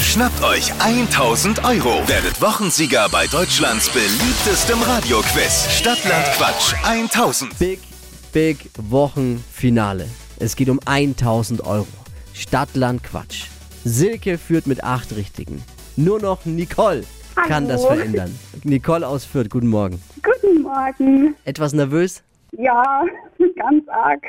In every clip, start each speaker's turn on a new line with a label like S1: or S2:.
S1: Schnappt euch 1000 Euro. Werdet Wochensieger bei Deutschlands beliebtestem Radioquiz. Stadtland Quatsch 1000.
S2: Big, big Wochenfinale. Es geht um 1000 Euro. Stadtland Quatsch. Silke führt mit acht Richtigen. Nur noch Nicole kann das
S3: Hallo.
S2: verändern. Nicole aus Fürth, guten Morgen.
S3: Guten Morgen.
S2: Etwas nervös?
S3: Ja, ganz arg.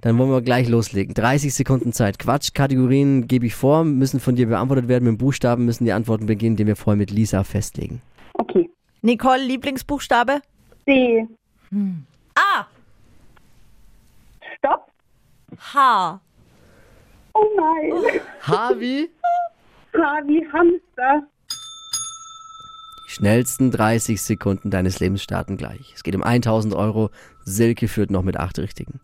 S2: Dann wollen wir gleich loslegen. 30 Sekunden Zeit. Quatsch, Kategorien gebe ich vor, müssen von dir beantwortet werden. Mit Buchstaben müssen die Antworten beginnen, den wir vorher mit Lisa festlegen.
S3: Okay.
S4: Nicole, Lieblingsbuchstabe?
S3: C.
S4: A.
S3: Stopp.
S4: H.
S3: Oh nein.
S2: Harvey?
S3: H wie Hamster.
S2: Die schnellsten 30 Sekunden deines Lebens starten gleich. Es geht um 1000 Euro. Silke führt noch mit acht Richtigen.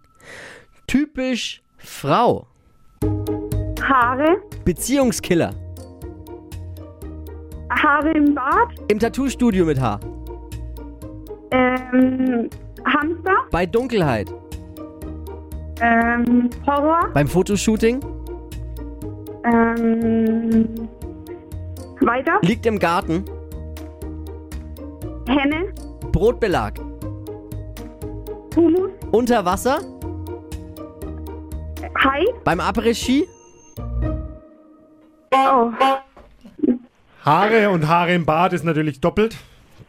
S2: Typisch Frau.
S3: Haare.
S2: Beziehungskiller.
S3: Haare im Bart.
S2: Im Tattoo-Studio mit Haar.
S3: Ähm, Hamster.
S2: Bei Dunkelheit.
S3: Ähm, Horror.
S2: Beim Fotoshooting.
S3: Ähm, weiter.
S2: Liegt im Garten.
S3: Henne.
S2: Brotbelag.
S3: Humus.
S2: Unter Wasser.
S3: Hai.
S2: Beim Après-Ski.
S3: Oh.
S5: Haare und Haare im Bart ist natürlich doppelt.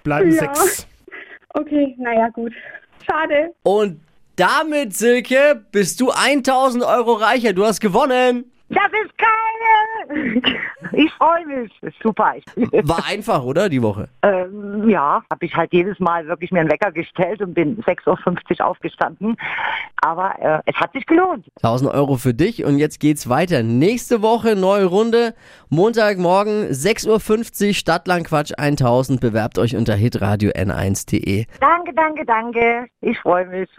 S5: Bleiben
S3: Ja.
S5: sechs.
S3: Okay, naja, gut. Schade.
S2: Und damit, Silke, bist du 1000 Euro reicher. Du hast gewonnen.
S6: Das ist geil! Ich freue mich. Das ist Super.
S2: War einfach, oder? Die Woche.
S6: Ähm, ja, habe ich halt jedes Mal wirklich mir einen Wecker gestellt und bin 6.50 Uhr aufgestanden. Aber äh, es hat sich gelohnt.
S2: 1000 Euro für dich. Und jetzt geht's weiter. Nächste Woche, neue Runde. Montagmorgen, 6.50 Uhr. Stadtlandquatsch 1000. Bewerbt euch unter hitradio n1.de.
S6: Danke, danke, danke. Ich freue mich.